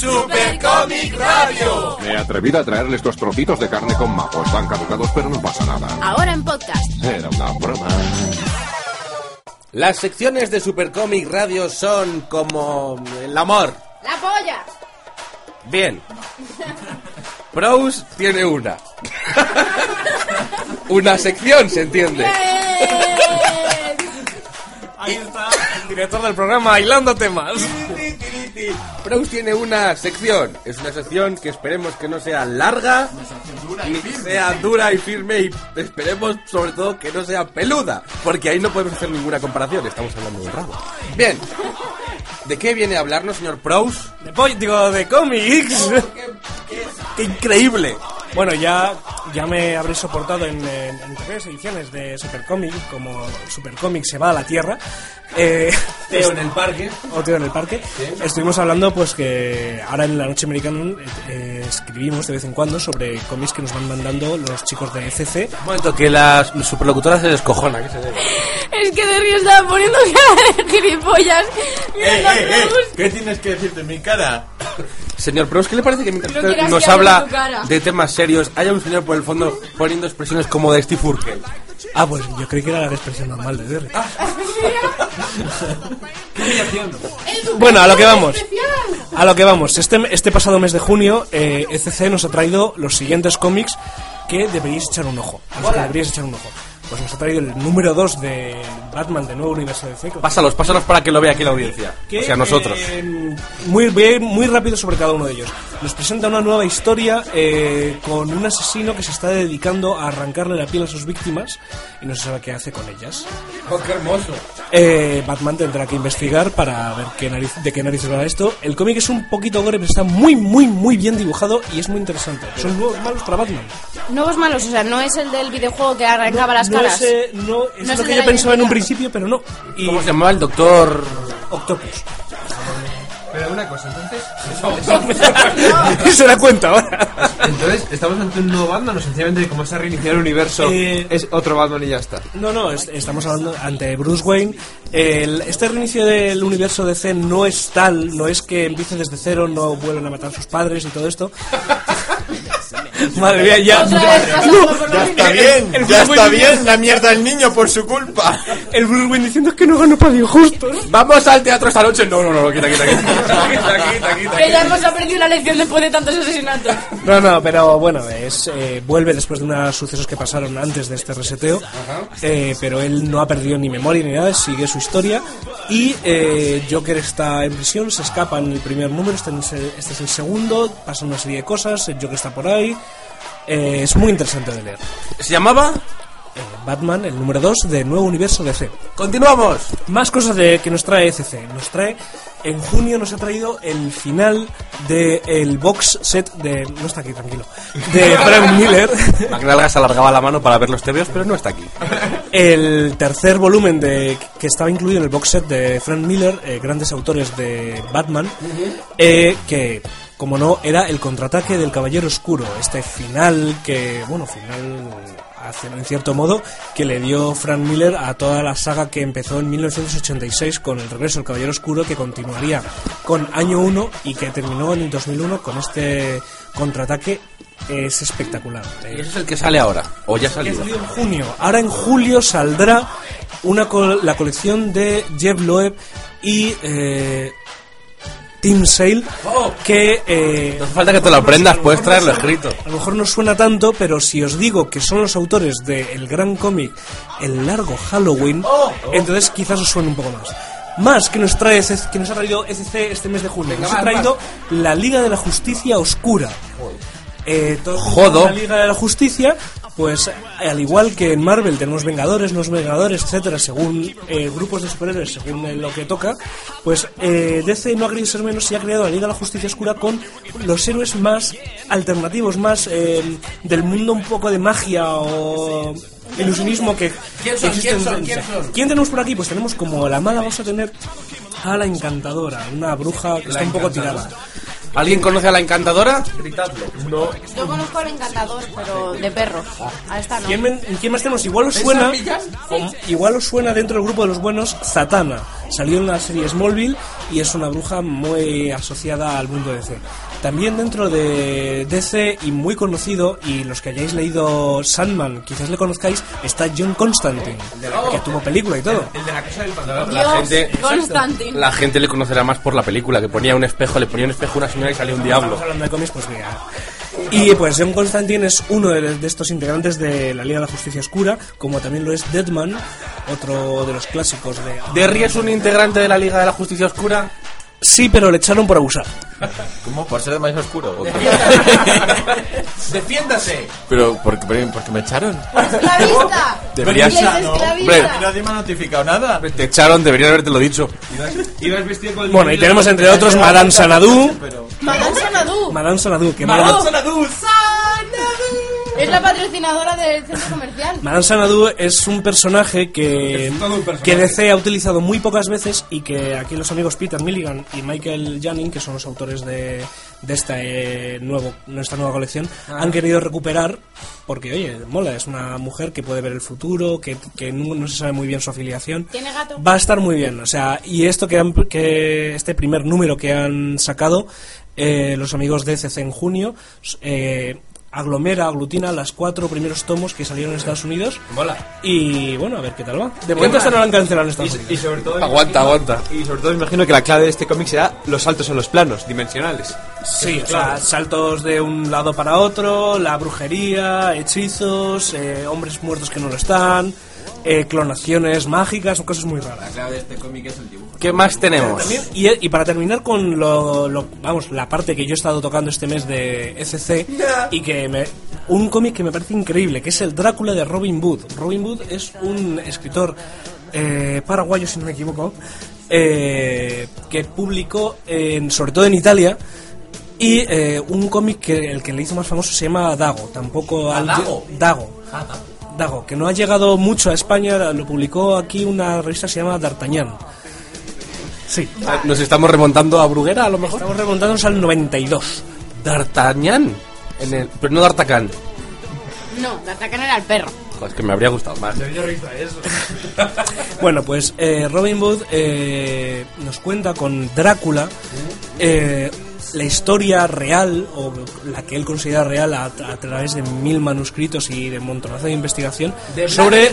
Supercomic Radio. Me atreví a traerles dos trocitos de carne con majos. Están caducados, pero no pasa nada. Ahora en podcast. Era una broma. Las secciones de Supercomic Radio son como el amor. ¡La polla! Bien. Pros tiene una. una sección, se entiende. Ahí está. El director del programa bailando temas. Pros tiene una sección. Es una sección que esperemos que no sea larga, ni que sea dura y firme y esperemos sobre todo que no sea peluda, porque ahí no podemos hacer ninguna comparación. Estamos hablando de un rabo. Bien. ¿De qué viene a hablarnos, señor Pros? De pollo, digo, de cómics. ¡Qué increíble! Bueno, ya, ya me habré soportado en, en, en tres ediciones de Supercomic, como Supercomic se va a la Tierra. Eh, Teo en el parque. o Teo en el parque. Estuvimos hablando, pues, que ahora en la noche americana eh, eh, escribimos de vez en cuando sobre cómics que nos van mandando los chicos de E CC. Un momento, que las superlocutoras se descojona. ¿qué se debe? Es que de río estaba poniendo cara de gilipollas. Mira, Cruz. Eh, ¿Qué tienes que decir de mi cara? Señor Pros, ¿qué le parece que mientras Lo usted quieras nos ya ver habla tu cara. de temas serios, haya un señor por el fondo poniendo expresiones como de Steve Urkel? Ah, pues yo creí que era la expresión normal de Derry. Ah, Bueno, a lo que vamos. A lo que vamos. Este, este pasado mes de junio, eh, ECC nos ha traído los siguientes cómics que deberíais echar un ojo. A los que deberíais echar un ojo. Pues nos ha traído el número 2 de Batman de nuevo universo de DC. que- Pásalos, pásalos para que lo vea aquí la audiencia. que, o sea, nosotros. eh, muy, voy a ir muy rápido sobre cada uno de ellos. Nos presenta una nueva historia eh, con un asesino que se está dedicando a arrancarle la piel a sus víctimas y no se sabe qué hace con ellas. Oh, ¡Qué hermoso! Eh, Batman tendrá que investigar para ver qué nariz- de qué narices va esto. El cómic es un poquito gore, pero está muy, muy, muy bien dibujado y es muy interesante. Son nuevos malos para Batman. Nuevos malos, o sea, no es el del videojuego que arrancaba las no caras. es, eh, no, es No es lo el que de yo la pensaba en un identidad. principio, pero no. Y ¿Cómo se llamaba el doctor? Octopus. Pero una cosa, entonces. se da cuenta ahora. Entonces, ¿estamos ante un nuevo Batman o sencillamente como se ha reiniciado el universo? Eh, Es otro Batman y ya está. No, no, es- estamos hablando ante Bruce Wayne. El- este reinicio del universo DC no es tal, no es que empiece desde cero, no vuelvan a matar a sus padres y todo esto. Madre mía, ya. Otra vez pasando por lo mismo. bien, El- el ya Bruce está Wayne- bien la mierda del niño por su culpa. El Bruce Wayne diciendo que no ganó para Dios justos. ¡Vamos al teatro esta noche! No, no, no, quita, quita, quita. quita, quita, quita. Que ya hemos aprendido la lección después de tantos asesinatos. No, no, pero bueno, es eh, vuelve después de unos sucesos que pasaron antes de este reseteo. Eh, pero él no ha perdido ni memoria ni nada, sigue su historia. Y eh, Joker está en prisión, se escapa en el primer número, este, es el- este es el segundo, pasa una serie de cosas, el Joker está por ahí. Eh, es muy interesante de leer. ¿Se llamaba? Eh, Batman, el número 2 de Nuevo Universo DC. ¡Continuamos! Más cosas de, que nos trae ECC. Nos trae, en junio nos ha traído el final del el box set de... No está aquí, tranquilo. De Frank Miller. McNalga se alargaba la mano para ver los tebeos, pero no está aquí. El tercer volumen de, que estaba incluido en el box set de Frank Miller, eh, grandes autores de Batman, eh, que, como no, era el contraataque del Caballero Oscuro. Este final que, bueno, final hace- en cierto modo, que le dio Frank Miller a toda la saga que empezó en 1986 con el regreso del Caballero Oscuro, que continuaría con Año 1 y que terminó en el 2001 con este contraataque. Es espectacular. Y Eh, ese es el que sale ahora. O ya que ha salió. salido en junio. Ahora en julio saldrá una col- la colección de Jeff Loeb y eh, Tim Sale que eh, No hace falta que te lo aprendas, puedes traerlo escrito. a lo mejor no suena tanto, pero si os digo que son los autores del gran cómic El largo Halloween, entonces quizás os suene un poco más. Más que nos trae EC que nos ha traído ECC este mes de junio. Nos ha traído la Liga de la Justicia Oscura. Eh, todo Jodo. La Liga de la Justicia, Pues eh, al igual que en Marvel tenemos Vengadores, los Vengadores, etcétera, según eh, grupos de superhéroes, según eh, lo que toca, pues eh, DC no ha querido ser menos y ha creado la Liga de la Justicia Oscura con los héroes más alternativos, más eh, del mundo un poco de magia o ilusionismo que ¿Quién son? existe en- ¿Quién son? ¿Quién son? ¿Quién tenemos por aquí? Pues tenemos como la mala vamos a tener a la encantadora, una bruja que está un poco tirada. ¿Alguien conoce a la encantadora? Gritadlo. No. Yo conozco al encantador, pero de perros. A esta no. Ah. ¿Quién, men- quién más tenemos? Igual os suena. o- Igual os suena dentro del grupo de los buenos Zatanna. Salió en la serie Smallville y es una bruja muy asociada al mundo DC. También dentro de DC y muy conocido, y los que hayáis leído Sandman, quizás le conozcáis, está John Constantine, que tuvo película y todo. Oh. El de la casa del pantalón. La Dios, gente- Constantine. La gente le conocerá más por la película, que ponía un espejo, le ponía un espejo a una señora y salía un diablo. Estamos hablando de cómics, pues mira. Y pues John Constantine es uno de, de estos integrantes de la Liga de la Justicia Oscura, como también lo es Deadman, otro de los clásicos de... ¿Derry es un integrante de la Liga de la Justicia Oscura? Sí, pero le echaron por abusar. ¿Cómo? ¿Por ser más oscuro? ¿O qué? ¡Defiéndase! ¿Pero por, qué- por, qué me echaron? Pues ¡Esclavista! Deberías- ¡Leyes No, esclavistas! Nadie me ha notificado nada. Te echaron, debería haberte lo dicho. Ibas vestido con el Bueno, y tenemos entre otros Madame Sanadu. Madame Sanadu. Madame Sanadu, que ¡Ah, Madame Madame, Es la patrocinadora del centro comercial. Madame Sanadu es un personaje que, Es todo un personaje. que DC ha utilizado muy pocas veces y que aquí los amigos Peter Milligan y Michael Janin, que son los autores de, de esta, eh, nuevo, nuestra nueva colección, Ah. han querido recuperar porque, oye, mola, es una mujer que puede ver el futuro, que, que no, no se sabe muy bien su afiliación. Tiene gato. Va a estar muy bien, o sea, y esto que, han, que este primer número que han sacado eh, los amigos de CC en junio eh, aglomera, aglutina las cuatro primeros tomos que salieron en Estados Unidos. Mola. Y bueno, a ver qué tal va. De momento hasta no lo han cancelado en Estados Y, y Unidos. sobre todo. Aguanta, aguanta. Y sobre todo me imagino que la clave de este cómic será los saltos en los planos dimensionales. Sí, o sea, saltos de un lado para otro, la brujería, hechizos, eh, hombres muertos que no lo están, eh, clonaciones mágicas, son cosas muy raras. clave de este cómic es el dibujo. ¿Qué más tenemos? También, y, e, y para terminar con lo, lo- vamos, la parte que yo he estado tocando este mes de SC y que me, un cómic que me parece increíble, que es el Drácula de Robin Wood. Robin Wood es un escritor eh, paraguayo, si no me equivoco, eh, que publicó, en- sobre todo en Italia, y eh, un cómic que el que le hizo más famoso se llama Dago. Tampoco al- Dago? Dago. Dago, que no ha llegado mucho a España, lo publicó aquí una revista que se llama D'Artagnan. Sí. Ah, Nos estamos remontando a Bruguera, Ah, a lo mejor. Estamos remontándonos al 92. D'Artagnan. En el... Pero no D'Artacan. No, la atacan era el perro. Joder, es que me habría gustado más. Bueno, pues eh, Robin Hood eh, nos cuenta con Drácula eh, la historia real, o la que él considera real a, a través de mil manuscritos y de montonazo de investigación, sobre,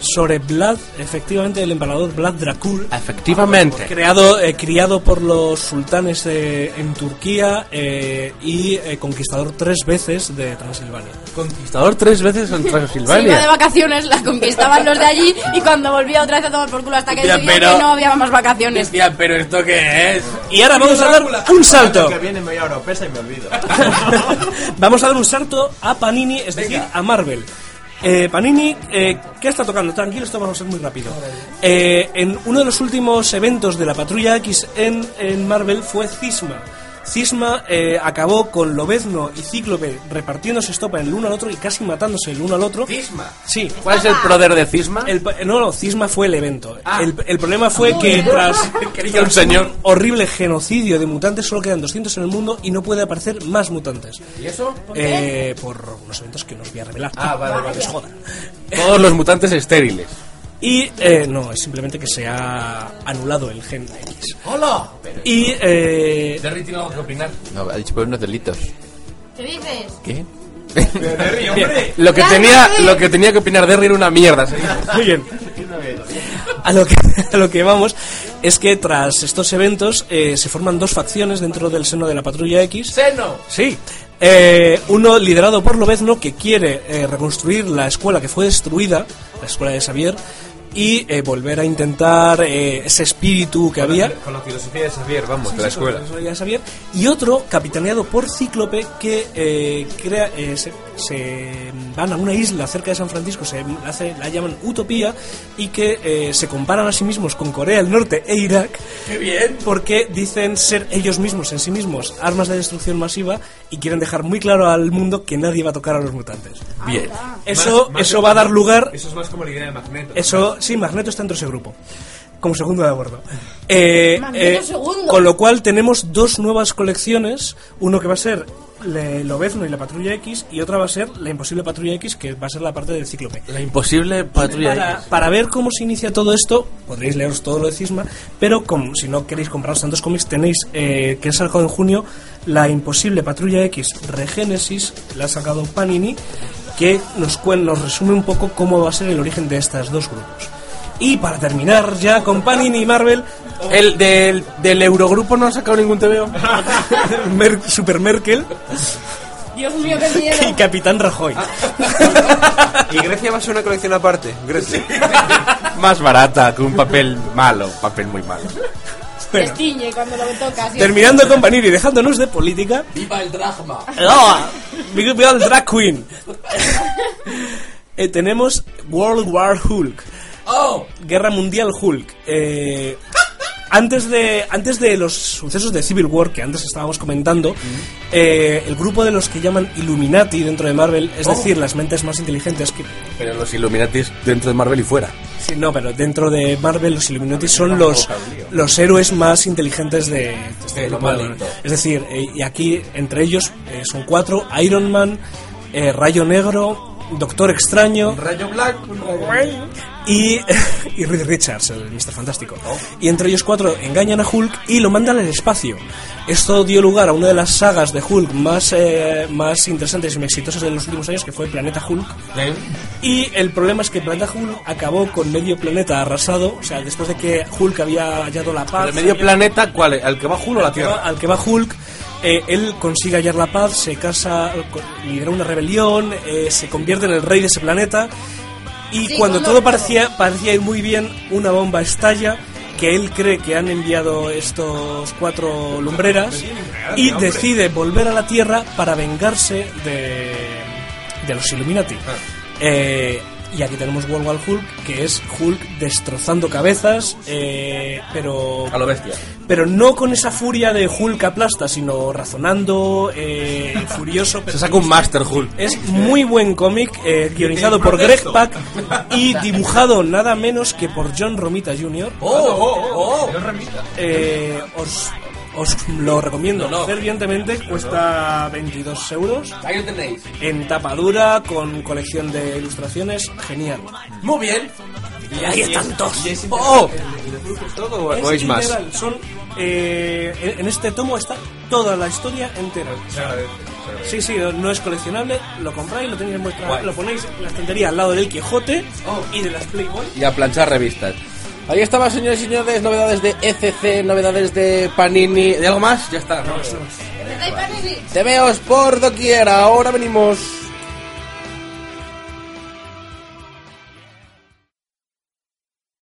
sobre Vlad, efectivamente el empalador Vlad Dracul, Efectivamente. creado, eh, criado por los sultanes eh, en Turquía eh, y eh, conquistador tres veces de Transilvania. Conquistador tres veces en Se iba de Transilvania. vacaciones, la conquistaban los de allí y cuando volvía otra vez a tomar por culo hasta que Ya, decidió pero- que no había más vacaciones. Hostia, pero ¿esto qué es? Y ahora vamos a dar un salto. Que viene me voy a Oropesa y me olvido. Vamos a dar un salto a Panini, es decir, a Marvel. Eh, Panini, eh, ¿qué está tocando? Tranquilo, esto vamos a ser muy rápido. Eh, en uno de los últimos eventos de la Patrulla X en, en Marvel fue Cisma. Cisma eh, acabó con Lobezno y Cíclope repartiéndose estopa el uno al otro y casi matándose el uno al otro. Cisma. Sí. ¿Cuál es el brother de Cisma? El, pa- no, no, Cisma fue el evento. Ah. El, el problema fue que tras, Quería un señor. horrible genocidio de mutantes solo quedan 200 en el mundo y no puede aparecer más mutantes. ¿Y eso? Eh, por unos eventos que no os voy a revelar. Ah, vale, vale. Os jodan. Todos los mutantes estériles. Y eh, no, es simplemente que se ha anulado el gen X. ¡Hola! Y eh, Terry tiene algo que opinar. No, ha dicho por unos delitos. ¿Qué dices? ¿Qué? Lo que, Ya, tenía, Terry. lo que tenía que opinar Derry era una mierda. señor. Muy bien. A lo, que, a lo que vamos es que tras estos eventos eh, se forman dos facciones dentro del seno de la patrulla X. ¡Seno! Sí. Eh, uno liderado por Lobezno que quiere eh, reconstruir la escuela que fue destruida, la escuela de Xavier, y eh, volver a intentar eh, ese espíritu que había. Con la filosofía de Xavier, vamos, Sí, de la sí, con escuela. Profesor Ida Xavier, y otro capitaneado por Cíclope que eh, crea, eh, se, se van a una isla cerca de San Francisco, se hace, la llaman Utopía y que eh, se comparan a sí mismos con Corea del Norte e Irak. bien! Porque dicen ser ellos mismos en sí mismos armas de destrucción masiva y quieren dejar muy claro al mundo que nadie va a tocar a los mutantes. Bien. Eso, Ah. Más- más eso que- va a dar lugar Eso es más como la idea de Magneto. eso, sí, Magneto está entre ese grupo. Como segundo de abordo. Eh, Magneto segundo. Con lo cual tenemos dos nuevas colecciones. Uno que va a ser Le- Lobezno y la Patrulla X. Y otra va a ser La Imposible Patrulla X, que va a ser la parte del cíclope. La imposible patrulla Para, X. para ver cómo se inicia todo esto, podréis leeros todo lo de Cisma, pero como, si no queréis compraros tantos cómics, tenéis eh, que ha sacado en junio La Imposible Patrulla X Regénesis, la ha sacado Panini, que nos, cuen- nos resume un poco cómo va a ser el origen de estos dos grupos. Y para terminar ya con Panini y Marvel, El del, del Eurogrupo no ha sacado ningún TVO. Mer- Super Merkel Dios mío, qué y miedo. Capitán Rajoy. Y Grecia va a ser una colección aparte. Grecia. Más barata que un papel malo, papel muy malo. Te Bueno, estiñe cuando lo tocas. y- terminando con Panini y dejándonos de política, Ah, ¡Viva el dragma! ¡Hola! Big Bill al Drag Queen. Eh, tenemos World War Hulk. ¡Oh! Guerra Mundial Hulk. Eh, antes, de, antes de los sucesos de Civil War que antes estábamos comentando, eh, el grupo de los que llaman Illuminati dentro de Marvel, Oh. es decir, las mentes más inteligentes que... Pero los Illuminatis dentro de Marvel y fuera. Sí, no, pero dentro de Marvel los Illuminati son los, los héroes más inteligentes de, de lo Marvel. maldito. Es decir, eh, y aquí entre ellos eh, son cuatro, Iron Man, eh, Rayo Negro, Doctor Extraño Rayo Black. un rayo- y, y Reed Richards, el Mr. Fantástico. Oh. Y entre ellos cuatro engañan a Hulk y lo mandan al espacio. Esto dio lugar a una de las sagas de Hulk más, eh, más interesantes y exitosas de los últimos años, que fue Planeta Hulk. ¿Eh? Y el problema es que Planeta Hulk acabó con medio planeta arrasado, o sea, después de que Hulk había hallado la Ah, paz. ¿El medio había- planeta cuál es? ¿Al que va Juno o la al que va- Tierra? Al que va Hulk, eh, él consigue hallar la paz, se casa, con- lidera una rebelión, eh, se convierte en el rey de ese planeta. Y Sí, cuando ¿cómo todo no? parecía, parecía ir muy bien, una bomba estalla que él cree que han enviado estos cuatro lumbreras y decide volver a la Tierra para vengarse de, de los Illuminati. Ah. Eh, y aquí tenemos World War Hulk, que es Hulk destrozando cabezas, eh, pero A lo bestia. pero no con esa furia de Hulk aplasta, sino razonando, eh, furioso. Se saca un Master Hulk. Es muy buen cómic, eh, guionizado por Greg Pak y dibujado nada menos que por John Romita Jr. ¡Oh! ¡Oh! ¡Oh! Eh, os, os lo recomiendo No, no. fervientemente, cuesta 22 euros. Ahí lo tenéis. En tapadura, con colección de ilustraciones, genial. Muy bien. Y ahí están todos. ¡Oh! Todo. Es ¿O es más? integral, son, eh, en- en este tomo está toda la historia entera. Se agradece. Sí, sí, no es coleccionable, lo compráis, lo tenéis en vuestra, lo ponéis en la estantería al lado del Quijote Oh. y de las Playboy. Y a planchar revistas. Ahí estaba, señores y señores, novedades de ECC, novedades de Panini. ¿De algo más? Ya está. Ay, Panini. Te veo por doquier, ahora venimos.